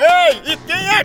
Ei, e quem é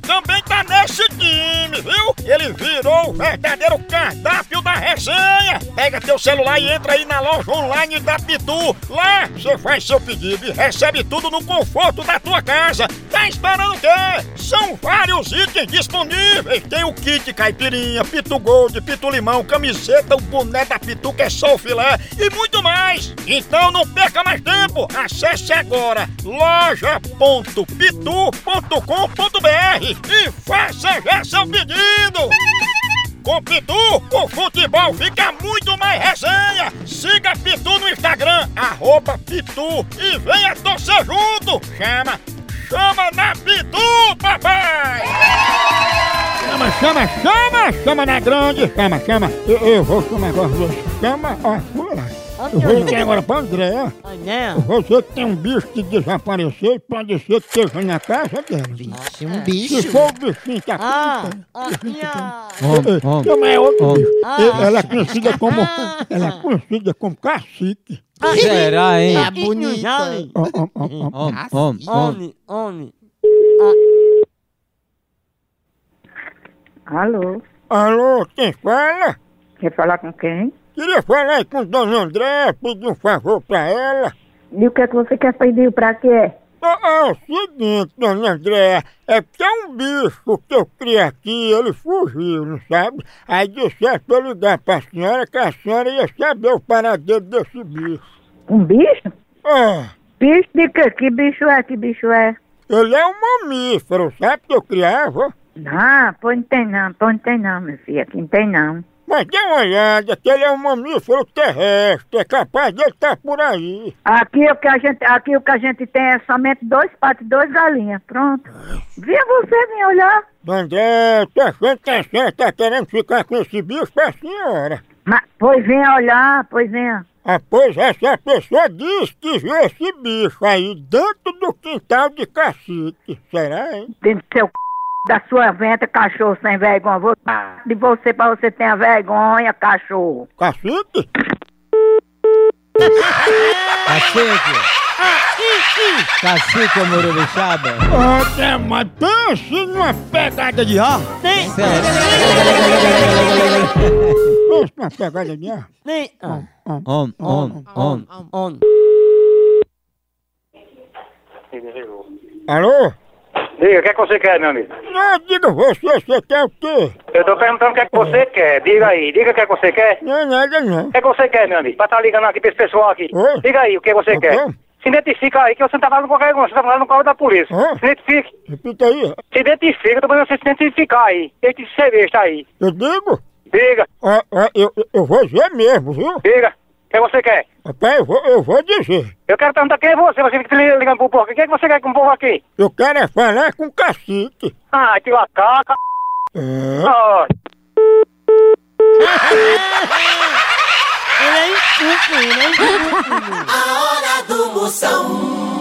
também tá nesse time, viu? Ele virou o verdadeiro cardápio da resenha. Pega teu celular e entra aí na loja online da Pitu. Lá você faz seu pedido e recebe tudo no conforto da tua casa. Tá esperando o quê? São vários itens disponíveis. Tem o kit caipirinha, Pitu Gold, Pitu Limão, camiseta, o boné da Pitu que é só o filé e muito mais. Então não perca mais tempo. Acesse agora loja.pitu.com com.br e faça já seu pedido! Com Pitu, o futebol fica muito mais resenha! Siga Pitu no Instagram, arroba Pitu e venha torcer junto! Chama! Chama na Pitu, papai! Chama, chama, chama! Chama na grande! Chama, chama! Eu, eu vou chamar agora, vou- chama a sua! Eu vou ligar agora pra Andréa! Ah, não. Você que tem um bicho que desapareceu e pode ser que esteja na casa dela. Isso é um bicho. Se for o bichinho que Ah, apita, ah, ah. eh, também é outro bicho. Ah. Eh, Ela é conhecida como, ela é conhecida como cacique. um Será, hein? É bonita. Ó, ó, ó, ó. Om, om, om. Homem, homem. Alô, Alô, quem fala? quer falar com quem? Queria falar aí com Dona André, pedir um favor pra ela. E o que é que você quer pedir pra quê? Ó, ó, é o seguinte, Dona André, é porque é um bicho que eu criei aqui, ele fugiu, não sabe? Aí disseram pra eu ligar pra senhora que a senhora ia saber o paradeiro desse bicho. Um bicho? Ah. Bicho de quê? Que bicho é? Que bicho é? Ele é um mamífero, sabe que eu criava? Ah, pô, não tem não, pô, não tem não, minha filha, aqui não tem não. Mas dê uma olhada, que ele é um mamífero terrestre, é capaz dele estar por aí. Aqui o que a gente, aqui o que a gente tem é somente dois patos e dois galinhas, pronto. Vinha você vir olhar. André, tô achando que a senhora tá querendo ficar com esse bicho pra senhora. Mas, pois venha olhar, pois venha. Ah, pois essa pessoa disse que viu esse bicho aí dentro do quintal de cacique. Será, hein? Dentro do seu c... da sua venta, cachorro sem vergonha. Vou de você pra você ter vergonha, cachorro. Cacique? Tá Cacique. Cacique, Morubixaba. Olha, mas pense numa pegada de ar. Tem, Pense numa pegada de ar. tem. Ah, Om, om, om. homem. Alô? Diga, o que é que você quer, meu amigo? Não, diga você, você quer o quê? Eu tô perguntando o que é que você quer. Diga aí, diga o que é que você quer. O Não é nada não. que é que você quer, meu amigo? Pra tá ligando aqui pra esse pessoal aqui. Oi. Diga aí o que você Tá quer. bom. Se identifica aí que você não tá falando com qualquer um, você tá falando com a da polícia. Hã? Se identifique. Repita aí. Se identifica, eu tô mandando você se identificar aí. Tem que ser besta aí. Eu digo, Diga, ó, ó, eu, eu vou dizer mesmo, viu? diga. O que você quer? Rapaz, eu vou, eu vou dizer. Eu quero perguntar quem é você, você fica li- ligando pro povo. aqui. O que é que você quer com o povo aqui? Eu quero é falar com o cacique. Ah, que lacaca. É. Ah, Ele é inculto, ele é inculto. A hora do Moção.